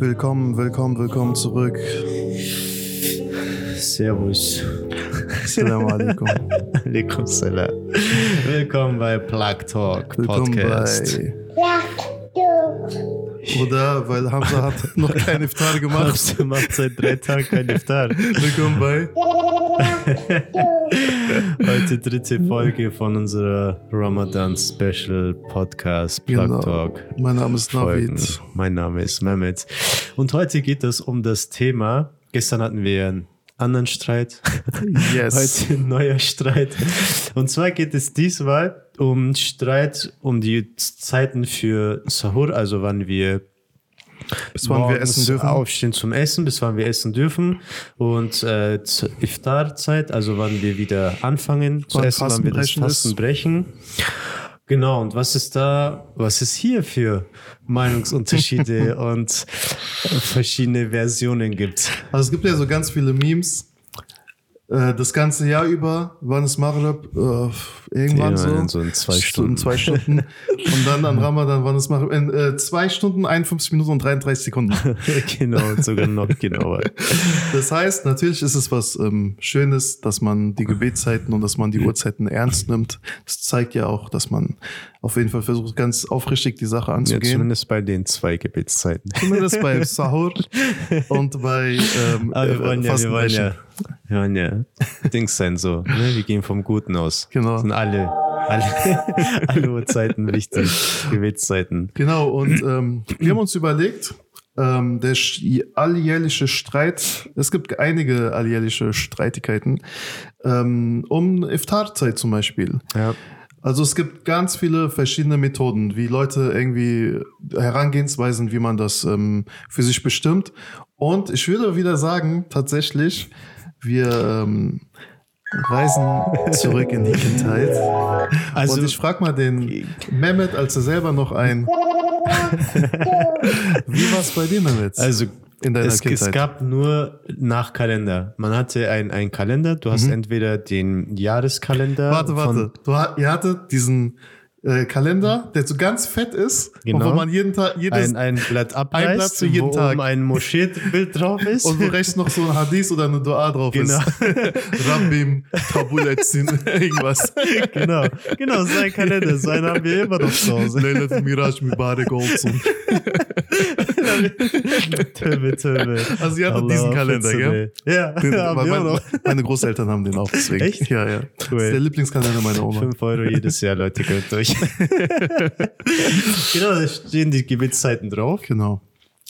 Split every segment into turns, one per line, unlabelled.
Willkommen, willkommen, willkommen zurück.
Servus.
Assalamu alaikum.
Alaikum salam. Willkommen bei Plug Talk
Willkommen
Podcast.
bei.
Doctor.
Oder, weil Hamza hat noch keine Iftar gemacht.
Machst du macht seit drei Tagen kein Iftar.
Willkommen bei.
Heute dritte Folge von unserer Ramadan Special Podcast Plug
Genau.
Talk.
Mein Name ist
Folgen.
Navid.
Mein Name ist Mehmet. Und heute geht es um das Thema. Gestern hatten wir einen anderen Streit.
Yes.
Heute ein neuer Streit. Und zwar geht es diesmal um Streit um die Zeiten für Sahur, also wann wir
Bis wann wir
morgens
essen dürfen.
aufstehen zum Essen, bis wann wir essen dürfen und äh, zur Iftar-Zeit, also wann wir wieder anfangen zu
Wann
essen, wann wir das
Fastenbrechen ist.
Fasten brechen. Genau, und was ist da, was ist hier für Meinungsunterschiede und verschiedene Versionen gibt?
Also es gibt ja so ganz viele Memes. äh, Das ganze Jahr über, wann ist Maghreb? Äh, Irgendwann
Die
so.
waren so in zwei
Stu-
Stunden.
In zwei Stunden. Und dann an Ramadan, wann ist Maghreb? In äh, zwei Stunden, 51 Minuten und 33 Sekunden.
genau, und sogar noch genauer.
Das heißt, natürlich ist es was ähm, Schönes, dass man die Gebetszeiten und dass man die Uhrzeiten ernst nimmt. Das zeigt ja auch, dass man auf jeden Fall versucht, ganz aufrichtig die Sache
Ja,
anzugehen.
zumindest bei den zwei Gebetszeiten.
zumindest bei Sahur und bei ähm,
Aber Ah, wir wollen
äh,
ja, wir wollen
Fastenbrechen.
ja, wir wollen ja Dings sein, so. Ne? Wir gehen vom Guten aus.
Genau.
Sind alle, alle, alle Uhrzeiten wichtig. Gebetszeiten.
Genau, und ähm, wir haben uns überlegt, ähm, der sch- alljährliche Streit, es gibt einige alljährliche Streitigkeiten, ähm, um Iftarzeit zum Beispiel.
Ja.
Also es gibt ganz viele verschiedene Methoden, wie Leute irgendwie Herangehensweisen, wie man das ähm, für sich bestimmt. Und ich würde wieder sagen, tatsächlich, wir ähm, reisen zurück in die Kindheit.
Also,
Und ich frage mal den Mehmet, als er selber noch ein. Wie war es bei dir, Mehmet?
also,
in deiner
es,
Kindheit.
es gab nur nach Kalender. Man hatte einen Kalender. Du hast entweder den Jahreskalender.
Mhm. warte,
von-
warte. Du, ha- ihr hattet diesen äh, Kalender, der so ganz fett ist, und
Genau.
wo man jeden Tag jedes
Ein, ein Blatt abreißt,
Blatt für jeden
wo
Tag.
oben ein Moscheebild drauf ist.
Und wo rechts noch so ein Hadith oder eine Dua drauf
Genau.
ist. Rabbim, Tabuletzin, irgendwas.
genau, genau, so ein Kalender. So einen haben wir immer noch zu Hause.
Leylat Miraj Mübarek Olsun.
Töbe, Töbe.
Also ihr hattet
Allah,
diesen Kalender, gell?
Fitze, ne? Ja,
Den,
ja haben
mein,
wir auch
meine,
noch.
meine Großeltern haben den auch, deswegen.
Echt?
Ja, ja. Das ist der Lieblingskalender meiner Oma.
5 Euro jedes Jahr, Leute, gönnt euch. genau, da stehen die Gebetszeiten drauf.
Genau.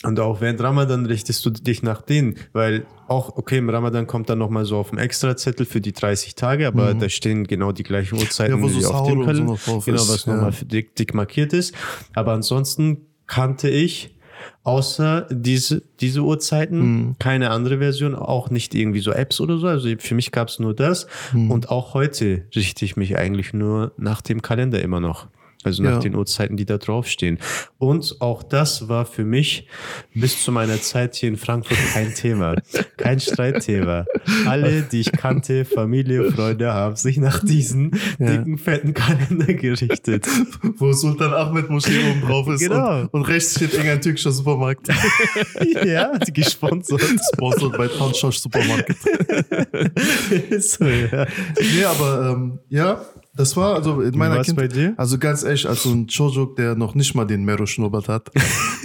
Und auch während Ramadan richtest du dich nach denen, weil auch, okay, im Ramadan kommt dann nochmal so auf dem Extrazettel für die 30 Tage, aber da stehen genau die gleichen Uhrzeiten,
Mhm. Ja, wo so
wie auf
Sahur
dem
und so
Kalender.
noch drauf
genau,
ist,
was
ja.
nochmal für dick, dick markiert ist. Aber ansonsten kannte ich außer diese, diese Uhrzeiten
Mhm.
keine andere Version, auch nicht irgendwie so Apps oder so. Also für mich gab es nur das.
Hm. Mhm.
Und auch heute richte ich mich eigentlich nur nach dem Kalender immer noch. Also nach
Ja.
den Uhrzeiten, die da draufstehen. Und auch das war für mich bis zu meiner Zeit hier in Frankfurt kein Thema. Kein Streitthema. Alle, die ich kannte, Familie, Freunde, haben sich nach diesen
Ja.
dicken, fetten Kalender gerichtet.
Wo Sultan Ahmed Moschee oben drauf ist.
Genau.
Und, und rechts steht irgendein türkischer Supermarkt.
ja, gesponsert.
Sponsored bei Tanschorsch Supermarkt.
so, ja.
Nee, aber ähm, ja, das war also in meiner
war's
Kindheit.
bei dir?
Also ganz ehrlich, als so ein Chojuk, der noch nicht mal den Mero schnurrbart hat,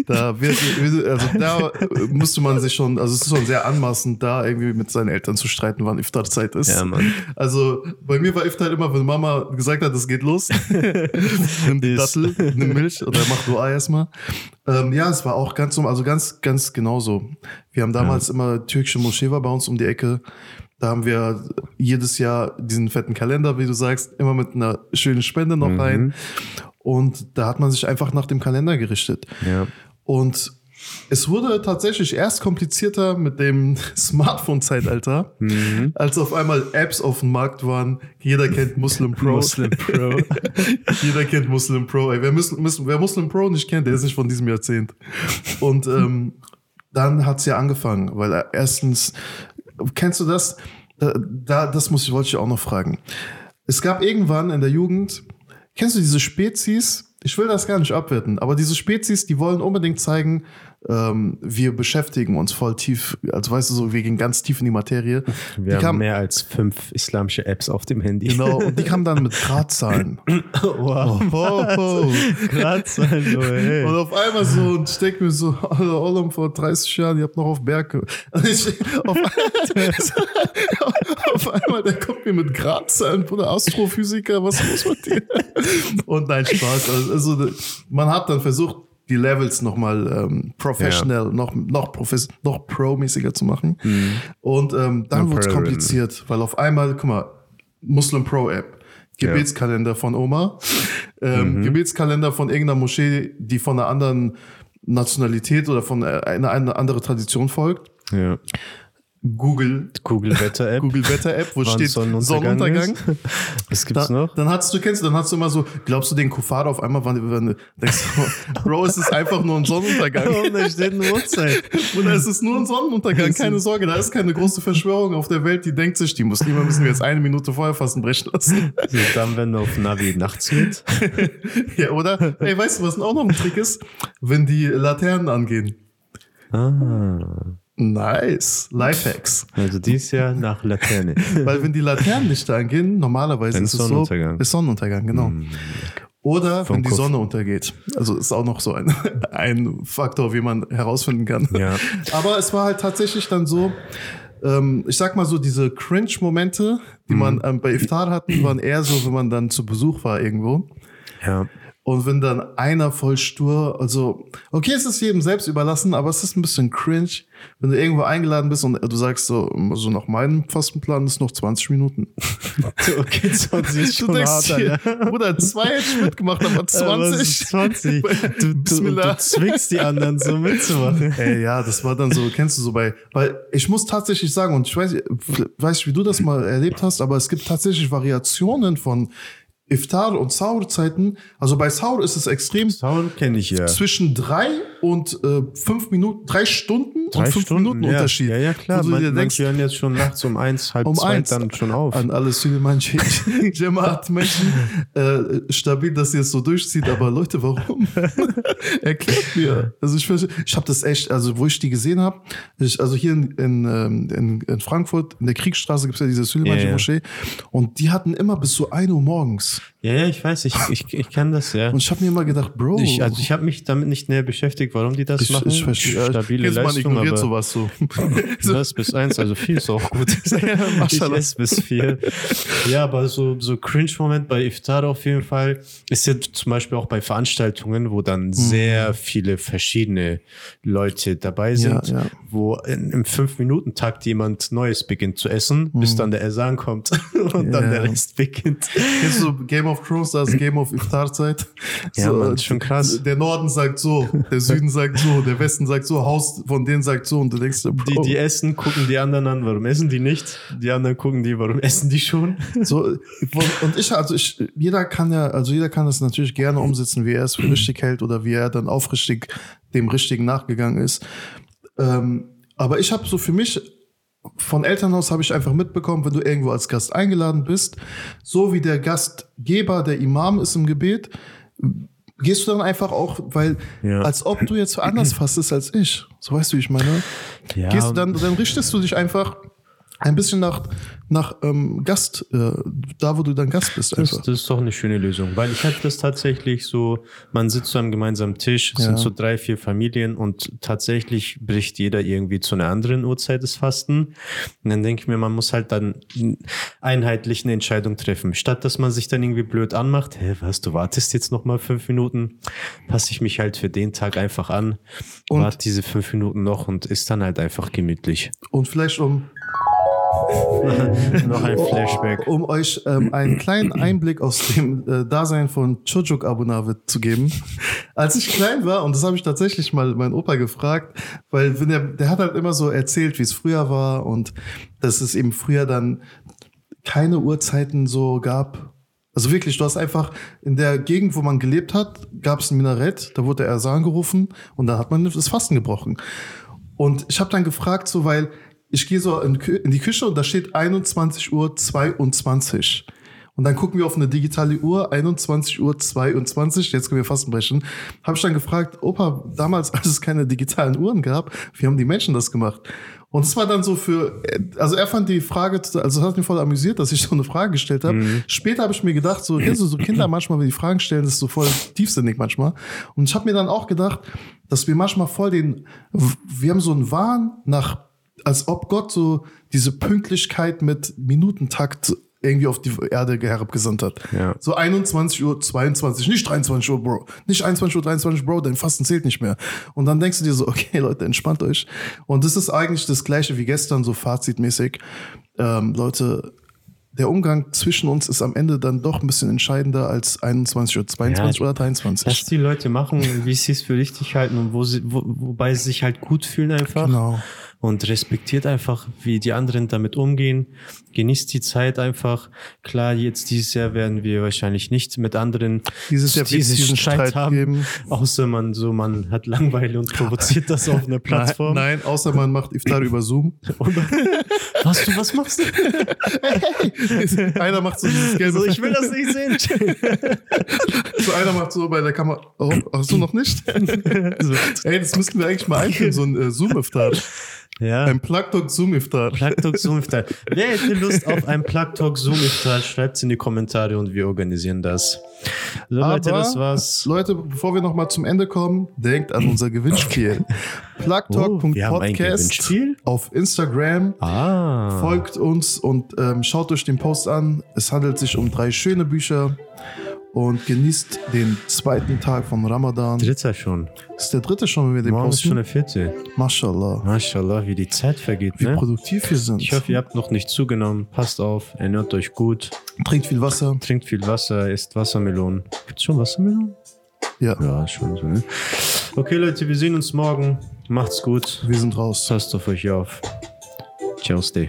da, wird, also da musste man sich schon, also es ist schon sehr anmaßend, da irgendwie mit seinen Eltern zu streiten, wann Iftar-Zeit ist.
Ja, Mann.
Also bei mir war Iftar immer, wenn Mama gesagt hat, es geht los, nimm die
Ist.
Dattel, nimm Milch oder mach Dua erstmal. Ähm, ja, es war auch ganz, so- also ganz, ganz genauso. Wir haben damals immer türkische Moschee war bei uns um die Ecke. Da haben wir jedes Jahr diesen fetten Kalender, wie du sagst, immer mit einer schönen Spende noch rein. Und da hat man sich einfach nach dem Kalender gerichtet.
Ja.
Und es wurde tatsächlich erst komplizierter mit dem Smartphone-Zeitalter,
Mhm.
als auf einmal Apps auf dem Markt waren. Jeder kennt Muslim Pro.
Muslim Pro.
Jeder kennt Muslim Pro. Ey, wer, Muslim, Muslim- wer Muslim Pro nicht kennt, der ist nicht von diesem Jahrzehnt. Und ähm, dann hat's ja angefangen, weil äh, erstens, kennst du das? Da, da, das muss ich, wollte ich auch noch fragen. Es gab irgendwann in der Jugend, kennst du diese Spezies? Ich will das gar nicht abwerten, aber diese Spezies, die wollen unbedingt zeigen, ähm, wir beschäftigen uns voll tief, also weißt du so, wir gehen ganz tief in die Materie.
Wir
die
haben
kam,
mehr als fünf islamische Apps auf dem Handy.
genau, und die kamen dann mit Gradzahlen.
wow. Krass, also, ey.
Und auf einmal so und steck mir so, Alter, Ollum vor 30 Jahren, ihr habt noch auf Berg. ge- Und ich, auf, einmal, auf einmal, der kommt mir mit Gradzahlen, Bruder, Astrophysiker, was muss man dir? Und nein, Spaß. Also, also, man hat dann versucht, die Levels nochmal ähm, professional, noch, noch, profes noch pro-mäßiger zu machen. Und ähm, dann
Ja,
wurde es
pro-rhythm.
kompliziert, weil auf einmal, guck mal, Muslim Pro App. Gebetskalender von Oma,
Mhm.
ähm, Gebetskalender von irgendeiner Moschee, die von einer anderen Nationalität oder von einer, einer anderen Tradition folgt.
Ja.
Google,
Google Wetter App.
Google Wetter App, wo
Wann
steht
Sonnenuntergang.
Sonnenuntergang.
ist. Was gibt's
Da,
noch?
dann hast du, kennst du, dann hast du immer so, glaubst du den Kufar auf einmal, wann, wann denkst du, Bro, es ist einfach nur ein Sonnenuntergang.
Und da steht eine Uhrzeit.
Oder es ist nur ein Sonnenuntergang, keine Sorge, da ist keine große Verschwörung auf der Welt, die denkt sich, die Muslime müssen wir jetzt eine Minute vorher fassen brechen lassen.
So, dann, wenn du auf Navi nachts mit.
Ja, oder? Ey, weißt du, was auch noch ein Trick ist? Wenn die Laternen angehen.
Ah.
Nice. Lifehacks.
Also dies Jahr nach Laterne.
Weil wenn die Laternenlichter angehen, normalerweise
Dann
ist es
ist
so,
Sonnenuntergang. Hm.
ist Sonnenuntergang, genau. Oder
Vom
wenn die
Kopf.
Sonne untergeht. Also ist auch noch so ein, ein Faktor, wie man herausfinden kann.
Ja.
Aber es war halt tatsächlich dann so, ähm, ich sag mal so, diese Cringe-Momente,
Hm.
die man ähm, bei Iftar hatten, waren eher so, wenn man dann zu Besuch war irgendwo.
Ja.
Und wenn dann einer voll stur, also, okay, es ist jedem selbst überlassen, aber es ist ein bisschen cringe, wenn du irgendwo eingeladen bist und du sagst so, so nach meinem Fastenplan ist noch 20 Minuten.
Okay, 20 ist
Du denkst dir, Bruder, zwei hätte ich mitgemacht, aber 20.
20. Du, du, und
Bismillah.
du zwingst die anderen so mitzumachen.
Ey, ja, das war dann so, kennst du so bei, weil ich muss tatsächlich sagen, und ich weiß, weiß nicht, wie du das mal erlebt hast, aber es gibt tatsächlich Variationen von Iftar und Saur-Zeiten. Also bei Saur ist es extrem
Sound kenne ich ja.
zwischen drei und äh, fünf Minuten, drei Stunden und fünf Minuten
ja.
Unterschied.
Ja, ja, klar.
Wo du
Man,
dir denkst,
manche hören jetzt schon nachts um eins, halb
Um
zwei
eins.
dann schon auf.
an alle Süleymanche Jamaat-Menschen äh, stabil, dass ihr es so durchzieht, aber Leute, warum? Erklärt mir. Also ich, verste- ich habe das echt, also wo ich die gesehen habe, ich- also hier in, in, ähm, in, in Frankfurt, in der Kriegsstraße gibt es ja diese
Ja, ja.
Süleymanche-Moschee und die hatten immer bis zu 1 Uhr morgens.
ja, ja, ich weiß, ich, ich, ich kann das, ja.
Und ich habe mir immer gedacht, Bro,
Ich, also ich habe mich damit nicht näher beschäftigt, warum die das
Oh. ich,
machen.
ich verstehe.
Stabile
Jetzt man
Leistung,
ignoriert
aber
sowas so.
das bis eins, also viel ist auch gut. ich
Maschallah.
esse bis vier. Ja, aber so, so Cringe-Moment bei Iftar auf jeden Fall ist ja zum Beispiel auch bei Veranstaltungen, wo dann
Hm.
sehr viele verschiedene Leute dabei sind,
ja.
wo in, im Fünf-Minuten-Takt jemand Neues beginnt zu essen, bis dann der Esan kommt und
Hm. Ja.
dann der Rest beginnt.
Kennst du Game of Thrones, da ist Game of Iftar-Zeit?
Ja, Mann, schon krass.
Der Norden sagt so, der Süden sagt so, der Westen sagt so, Haus von denen sagt so und du denkst,
Die,
Bro,
die essen, gucken die anderen an, warum essen die nicht? Die anderen gucken die, warum essen die schon?
so und und ich also ich jeder kann ja also jeder kann das natürlich gerne umsetzen, wie er es für richtig hält oder wie er dann aufrichtig dem richtigen nachgegangen ist. Ähm, aber ich habe so für mich von Elternhaus habe ich einfach mitbekommen, wenn du irgendwo als Gast eingeladen bist, so wie der Gastgeber, der Imam ist im Gebet, gehst du dann einfach auch, weil
Ja.
als ob du jetzt anders fastest als ich. So weißt du, wie ich meine.
Ja.
Gehst du dann, dann richtest du dich einfach ein bisschen nach, nach ähm, Gast, äh, da wo du dann Gast bist
Das,
einfach.
das ist doch eine schöne Lösung, weil ich hatte das tatsächlich so, man sitzt so am gemeinsamen Tisch, es
Ja.
sind so drei, vier Familien und tatsächlich bricht jeder irgendwie zu einer anderen Uhrzeit das Fasten. Und dann denke ich mir, man muss halt dann einheitlich eine Entscheidung treffen. Statt dass man sich dann irgendwie blöd anmacht, hä, was, du wartest jetzt nochmal fünf Minuten, passe ich mich halt für den Tag einfach an,
Und-
warte diese fünf Minuten noch und ist dann halt einfach gemütlich.
Und vielleicht um
noch ein Flashback.
Um euch ähm, einen kleinen Einblick aus dem äh, Dasein von Chojuk Abunavid zu geben. Als ich klein war, und das habe ich tatsächlich mal meinen Opa gefragt, weil wenn der, der hat halt immer so erzählt, wie es früher war und dass es eben früher dann keine Uhrzeiten so gab. Also wirklich, du hast einfach in der Gegend, wo man gelebt hat, gab es ein Minarett, da wurde der Ersan gerufen und dann hat man das Fasten gebrochen. Und ich habe dann gefragt, so weil ich gehe so in, Kü- in die Küche und da steht 21 Uhr 22. Und dann gucken wir auf eine digitale Uhr, 21 Uhr 22, jetzt können wir fast brechen. Habe ich dann gefragt, Opa, damals, als es keine digitalen Uhren gab, wie haben die Menschen das gemacht? Und es war dann so für, also er fand die Frage, also es hat mich voll amüsiert, dass ich so eine Frage gestellt habe. Später habe ich mir gedacht, so, kennst du, so Kinder manchmal, wenn die Fragen stellen, das ist so voll tiefsinnig manchmal. Und ich habe mir dann auch gedacht, dass wir manchmal voll den, wir haben so einen Wahn nach, als ob Gott so diese Pünktlichkeit mit Minutentakt irgendwie auf die Erde herabgesandt hat.
Ja.
So 21 Uhr, 22, nicht 23 Uhr, Bro. Nicht 21 Uhr, 23, Bro, dein Fasten zählt nicht mehr. Und dann denkst du dir so, okay, Leute, entspannt euch. Und das ist eigentlich das Gleiche wie gestern, so fazitmäßig. Ähm, Leute, der Umgang zwischen uns ist am Ende dann doch ein bisschen entscheidender als 21 Uhr, 22
Ja,
oder 23.
Lass die Leute machen, wie sie es für richtig halten und wo sie, wo, wobei sie sich halt gut fühlen einfach.
Genau.
Und respektiert einfach, wie die anderen damit umgehen. Genießt die Zeit einfach. Klar, jetzt dieses Jahr werden wir wahrscheinlich nicht mit anderen
Dieses Jahr wird es diesen Streit geben.
Außer man so, man hat Langeweile und provoziert das auf einer Plattform.
Nein, nein, außer man macht Iftar über Zoom.
Was du, was machst du?
Einer macht so dieses gelbe
Also ich will das nicht sehen.
So einer macht so bei der Kamera. Oh, hast du noch nicht? so, ey, das müssten wir eigentlich mal einführen, so ein äh, Zoom-Iftar.
Ja.
Ein Plug-Dog Zoom-Iftar.
Plug Talk Zoom Iftar. Wer hätte Lust auf ein Plug Talk Zoom Iftar? Schreibt's in die Kommentare und wir organisieren das. So Leute,
Aber-
das war's.
Leute, bevor wir nochmal zum Ende kommen, denkt an unser Gewinnspiel.
Oh, wir haben ein
Plugtalk.podcast
Gewinnspiel?
auf Instagram.
Ah.
Folgt uns und ähm, schaut euch den Post an. Es handelt sich um drei schöne Bücher. Und genießt den zweiten Tag von Ramadan.
Dritter schon.
Ist der dritte schon, wenn wir den
Morgen ist schon
posten?
der vierte.
Mashallah.
Mashallah, wie die Zeit vergeht,
Wie
ne?
produktiv wir sind.
Ich hoffe, ihr habt noch nicht zugenommen. Passt auf, ernährt euch gut,
Trinkt viel Wasser.
trinkt viel Wasser, isst Wassermelonen. Gibt's schon Wassermelonen?
Ja.
Ja, schon so, ne? Okay, Leute, wir sehen uns morgen. Macht's gut.
Wir sind raus.
Passt auf euch auf. Ciao, stay.